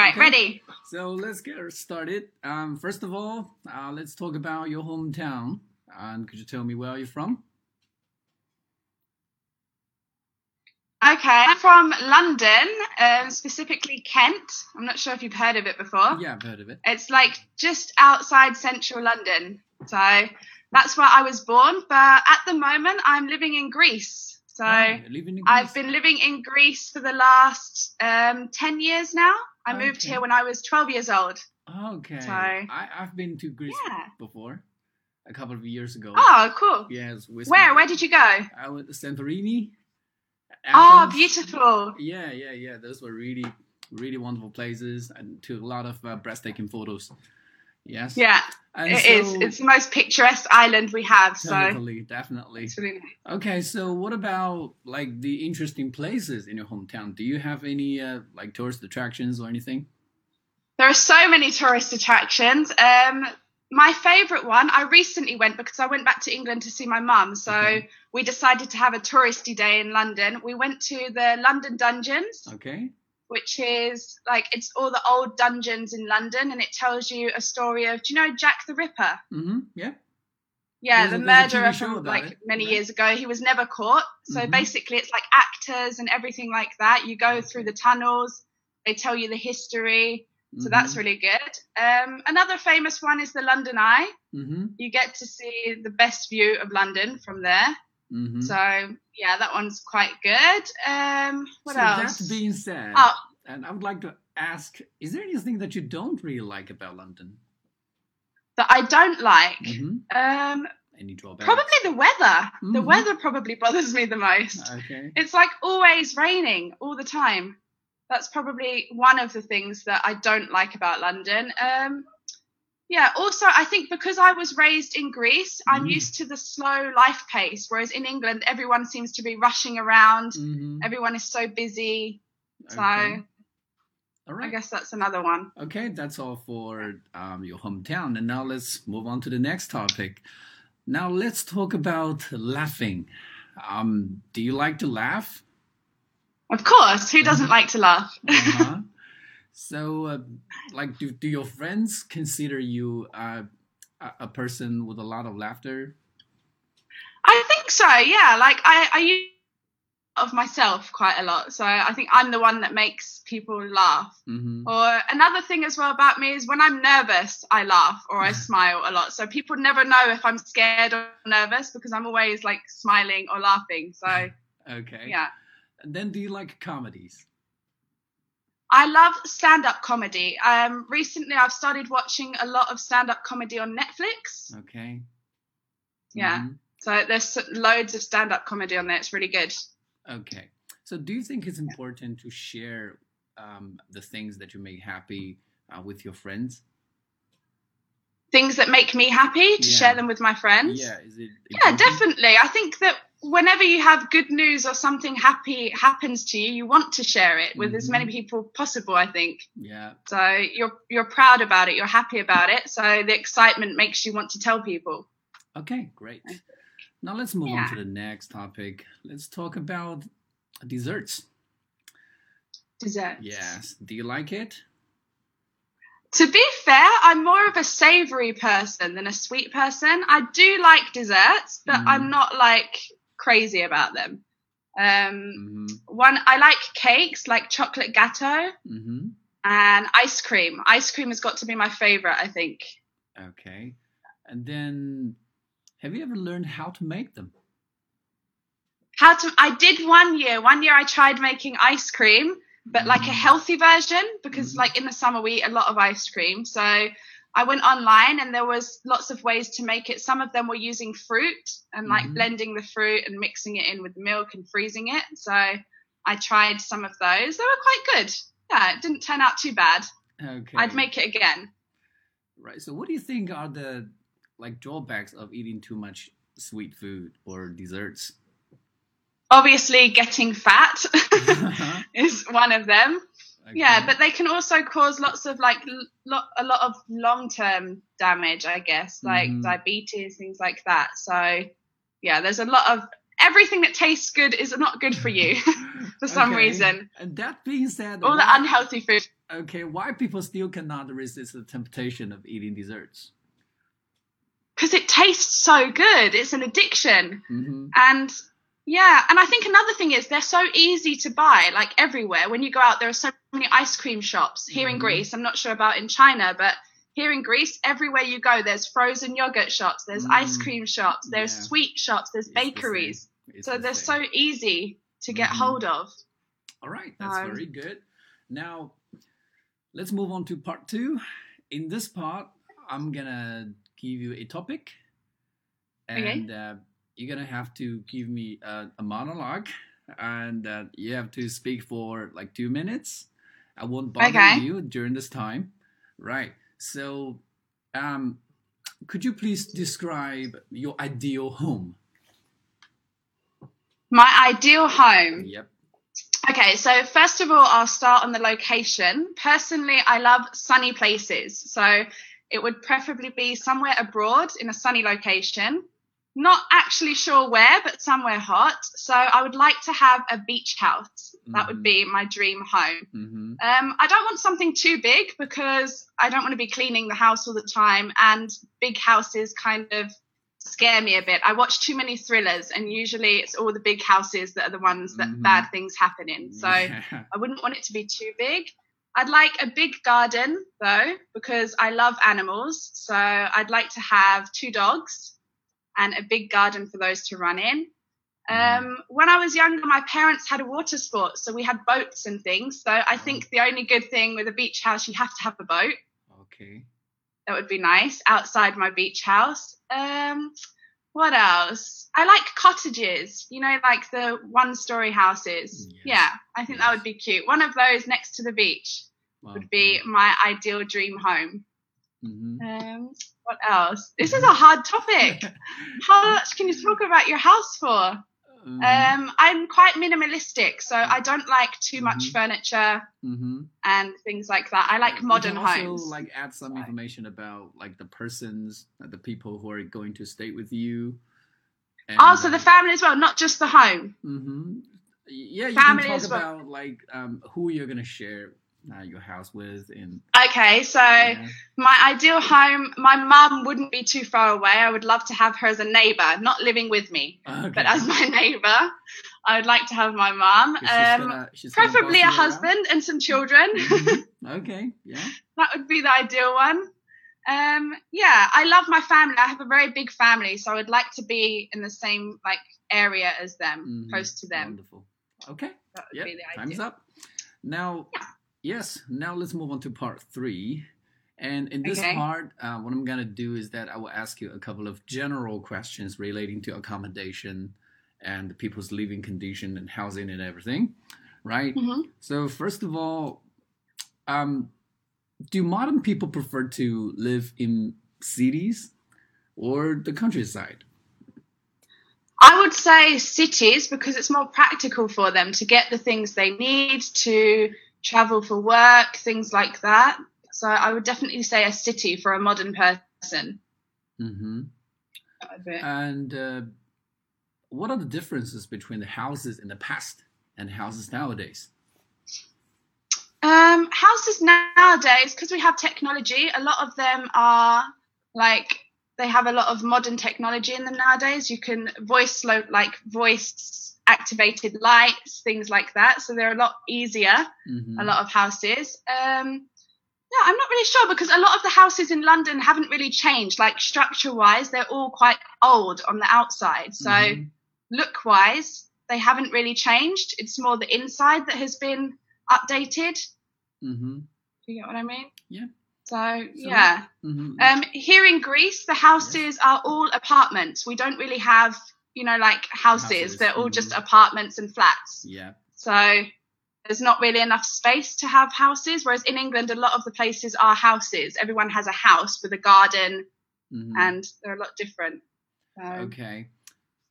right, Mm-hmm. ready. So let's get started. Um, first of all, uh, let's talk about your hometown. And could you tell me where you're from? Okay, I'm from London, um, specifically Kent. I'm not sure if you've heard of it before. Yeah, I've heard of it. It's like just outside central London. So that's where I was born. But at the moment, I'm living in Greece. So Oh, you're living in I've Greece. been living in Greece for the last um, 10 years now. I moved Okay. here when I was 12 years old. Okay. so- I, I've been to Greece Yeah. before, a couple of years ago. Oh, cool. Yes. with Where? my- Where did you go? I went to Santorini. Oh, Athens. beautiful. Yeah, yeah, yeah. Those were really, really wonderful places, and took a lot of uh, breathtaking photos. Yes. Yeah, And it is. so- It's the most picturesque island we have. So Totally, definitely. it's really nice. Okay, so what about like the interesting places in your hometown? Do you have any uh, like tourist attractions or anything? There are so many tourist attractions. Um, my favourite one, I recently went because I went back to England to see my mum. So Okay. we decided to have a touristy day in London. We went to the London Dungeons, Okay. which is like it's all the old dungeons in London, and it tells you a story of do you know Jack the Ripper? Mm-hmm. Yeah. Yeah, There's a- the there's a TV murderer show from about like it, many yeah. years ago. He was never caught. So Mhm. basically, it's like actors and everything like that. You go through the tunnels. They tell you the history. So that's really good. Um, another famous one is the London Eye. Mm-hmm. You get to see the best view of London from there. Mm-hmm. So yeah, that one's quite good. Um, what so else? that being said, Oh. and I would like to ask: Is there anything that you don't really like about London? that I don't like. Mm-hmm. Um, Any drawbacks? probably the weather. The Mhm. weather probably bothers me the most. Okay. It's like always raining all the time. That's probably one of the things that I don't like about London. Um, yeah, also, I think because I was raised in Greece, I'm Mm. used to the slow life pace, whereas in England, everyone seems to be rushing around, Mm-hmm. everyone is so busy. So Okay. All I right. guess that's another one. Okay, that's all for um, your hometown. And now let's move on to the next topic. Now let's talk about laughing. Um, do you like to laugh? Of course, who Mm. doesn't like to laugh? Uh-huh. so, uh, like, do, do your friends consider you uh, a, a person with a lot of laughter? I think so, yeah. Like, I, I use of myself quite a lot. So I think I'm the one that makes people laugh. hmm Or another thing as well about me is when I'm nervous, I laugh or I smile a lot. So people never know if I'm scared or nervous because I'm always like smiling or laughing. So Okay. yeah, And then, do you like comedies? I love stand-up comedy. Um, recently I've started watching a lot of stand-up comedy on Netflix. Okay. Yeah. Mhm. So there's loads of stand-up comedy on there. It's really good. Mm-hmm. Okay. So, do you think it's important to share um, the things that you make happy uh, with your friends? Things that make me happy to Yeah. share them with my friends. Yeah, is it? Yeah, important? definitely. I think that whenever you have good news or something happy happens to you, you want to share it with as many people possible, I think. Yeah, So you're you're proud about it, you're happy about it, so the excitement makes you want to tell people. okay, great. Now let's move on Yeah. to the next topic. Let's talk about desserts. Dessert. Yes, do you like it? To be fair, I'm more of a savory person than a sweet person. I do like desserts, but Mhm. I'm not like crazy about them. Um, Mm-hmm. one I like cakes, like chocolate gâteau. Mm-hmm. and ice cream. Ice cream has got to be my favorite, I think. Okay. And then, have you ever learned how to make them? How to? I did one year. One year I tried making ice cream, but like a Mhm. healthy version because Mhm. like in the summer we eat a lot of ice cream. So I went online and there was lots of ways to make it. Some of them were using fruit and like Mhm. blending the fruit and mixing it in with milk and freezing it. So I tried some of those. They were quite good. Yeah, it didn't turn out too bad. Mm-hmm. Okay. I'd make it again. right. So, what do you think are the like drawbacks of eating too much sweet food or desserts? Obviously, getting fat Mm-hmm. is one of them. Yeah, Okay. but they can also cause lots of like l- lo- a lot of long term damage, I guess, like Mhm. diabetes, things like that. So, yeah, there's a lot of everything that tastes good is not good for you for some Okay. reason. And that being said, All the why- unhealthy food. okay, why people still cannot resist the temptation of eating desserts? Because it tastes so good. It's an addiction. hmm And yeah, and I think another thing is they're so easy to buy, like everywhere. When you go out, there are so many ice cream shops here in Mhm. Greece. I'm not sure about in China, but here in Greece, everywhere you go, there's frozen yogurt shops, there's ice Mm. cream shops, there's Yeah. sweet shops, there's It's the same. bakeries. It's so the they're same. so easy to get Mhm. hold of. All right, that's Um, very good. Now, let's move on to part two. In this part, I'm gonna give you a topic, Okay. and uh, you're gonna have to give me a, a monologue, and uh, you have to speak for like two minutes. I won't bother Okay. you during this time. Right. So, um, could you please describe your ideal home? My ideal home. Yep. Okay, so first of all, I'll start on the location. Personally, I love sunny places. So it would preferably be somewhere abroad in a sunny location. Not actually sure where, but somewhere hot. So I would like to have a beach house. That Mhm. would be my dream home. Mm-hmm. Um, I don't want something too big because I don't want to be cleaning the house all the time, and big houses kind of scare me a bit. I watch too many thrillers, and usually it's all the big houses that are the ones that Mhm. bad things happen in. So I wouldn't want it to be too big. I'd like a big garden though, because I love animals. So I'd like to have two dogs and a big garden for those to run in. Um, when I was younger, my parents had a water sport, so we had boats and things. So I think the only good thing with a beach house, you have to have a boat. okay. That would be nice outside my beach house. Um, what else? I like cottages, you know, like the one story houses. Yes. Yeah, I think that would be cute. One of those next to the beach would be my ideal dream home. hmm Um, what else? This is a hard topic. How much can you talk about your house for? Mm. Um, I'm quite minimalistic, so I don't like too much Mhm. furniture mm-hmm. and things like that. I like modern you can also, homes. Like add some So- information about like the persons, like, the people who are going to stay with you. And, also, Oh, the family as well, not just the home. hmm Yeah, you family can talk as well. about like um, who you're gonna share uh, your house with, and Okay, so yeah. my ideal home, my mum wouldn't be too far away. I would love to have her as a neighbour, not living with me, Oh, Okay. but as my neighbour. I would like to have my mum. Okay, she's Um, gonna- she's gonna preferably a boss you around. husband and some children. Mhm. Okay. Yeah. that would be the ideal one. Um, yeah, I love my family. I have a very big family, so I would like to be in the same like area as them, Mhm. close to them. Wonderful. Okay. That would Yep, be the time's ideal. up. Now, yes, now let's move on to part three. And in this Okay. part, uh, what I'm going to do is that I will ask you a couple of general questions relating to accommodation and the people's living condition and housing and everything, right? Mhm. So, first of all, um, do modern people prefer to live in cities or the countryside? I would say cities because it's more practical for them to get the things they need, to travel for work, things like that. So I would definitely say a city for a modern person. hmm That would be- And uh, what are the differences between the houses in the past and houses nowadays? Um, houses nowadays, because we have technology, a lot of them are like they have a lot of modern technology in them nowadays. You can voice lo- like voice activated lights, things like that. So they're a lot easier. Mhm. A lot of houses. Um, yeah, I'm not really sure because a lot of the houses in London haven't really changed. Like structure wise, they're all quite old on the outside. So Mhm. look wise, they haven't really changed. It's more the inside that has been updated. Mhm. Do you get what I mean? Yeah. So, yeah. Mhm. Um, here in Greece, the houses are all apartments. We don't really have, you know, like houses. Houses, They're all just mhm. apartments and flats. yeah. So there's not really enough space to have houses. Whereas in England, a lot of the places are houses. Everyone has a house with a garden, Mhm. and they're a lot different. So, okay.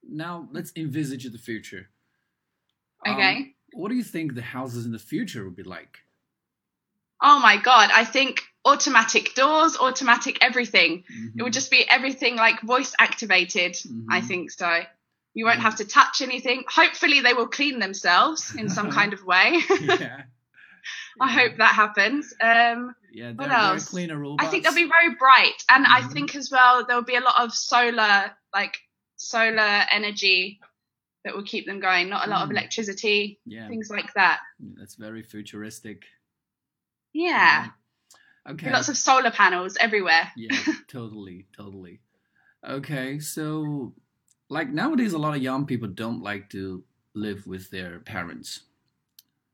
Now let's envisage the future. Um, okay. what do you think the houses in the future will be like? Oh my God, I think automatic doors, Mm-hmm. Hmm. automatic everything. It would just be everything like voice activated. I Mhm. think so. You won't have to touch anything. Hopefully, they will clean themselves in some kind of way. yeah. I hope that happens. Um, Yeah, What they're, they're else? cleaner robots. I think they'll be very bright, and I Mhm. think as well there'll be a lot of solar, like solar energy, that will keep them going. Not a lot of Mm. electricity, Yeah, things like that. that's very futuristic. Yeah, Okay. lots of solar panels everywhere. yeah, totally, totally. Okay, so like nowadays, a lot of young people don't like to live with their parents,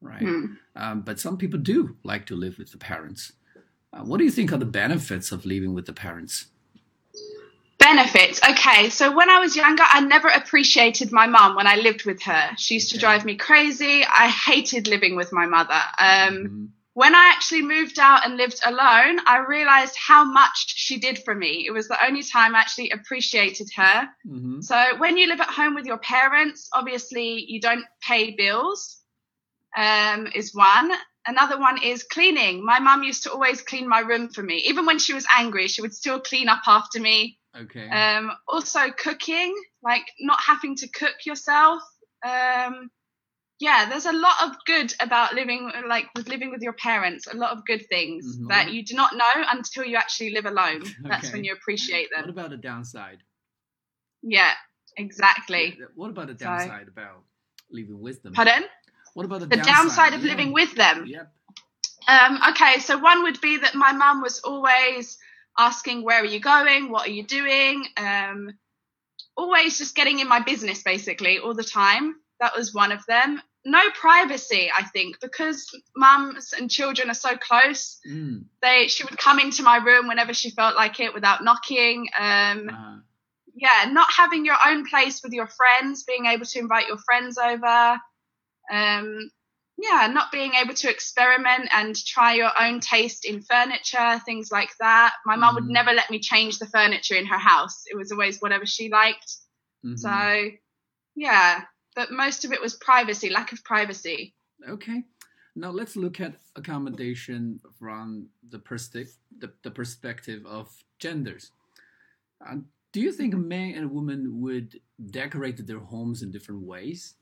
right? Hmm. Um, but some people do like to live with the parents. Uh, what do you think are the benefits of living with the parents? Benefits. Okay, so when I was younger, I never appreciated my mum when I lived with her. She used to Okay. drive me crazy. I hated living with my mother. Mm-hmm. Um, when I actually moved out and lived alone, I realized how much she did for me. It was the only time I actually appreciated her. hmm So when you live at home with your parents, obviously you don't pay bills, um, is one. Another one is cleaning. My mum used to always clean my room for me. Even when she was angry, she would still clean up after me. Okay. Um, also cooking, like not having to cook yourself. Um, yeah, there's a lot of good about living, like with living with your parents. A lot of good things Mhm. that you do not know until you actually live alone. That's when Okay. you appreciate What them. about the downside? Yeah, exactly. Yeah, What about the Sorry. downside about living with them? Pardon? What about the, The downside of Yeah. living with them. Yep. Um, okay, so one would be that my mum was always asking, Where are you going? What are you doing? Um, always just getting in my business, basically, all the time. That was one of them. No privacy, I think, because mums and children are so close. Mm, They she would come into my room whenever she felt like it without knocking. Um, uh, yeah, not having your own place with your friends, being able to invite your friends over, um, yeah, not being able to experiment and try your own taste in furniture, things like that. My mum would Mhm. never let me change the furniture in her house. It was always whatever she liked. mhm. So, yeah, but most of it was privacy, lack of privacy. Okay. Now let's look at accommodation from the, perspective the, the perspective of genders. Uh, do you think men and women would decorate their homes in different ways?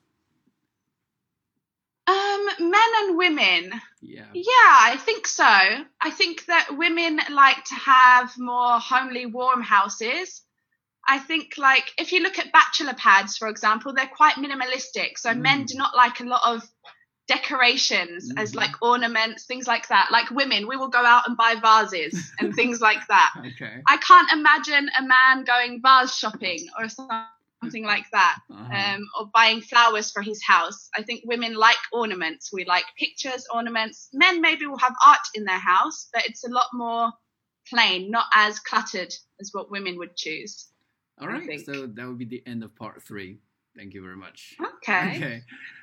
Um, men and women. Yeah. Yeah, I think so. I think that women like to have more homely, warm houses. I think, like, if you look at bachelor pads, for example, they're quite minimalistic. So men Mm. do not like a lot of decorations as Mhm. like ornaments, things like that. Like women, we will go out and buy vases and things like that. Okay. I can't imagine a man going vase shopping or something like that Uh-huh. um, or buying flowers for his house. I think women like ornaments. We like pictures, ornaments. Men maybe will have art in their house, but it's a lot more plain, not as cluttered as what women would choose. All I right. think- So that would be the end of part three. Thank you very much. Okay. okay.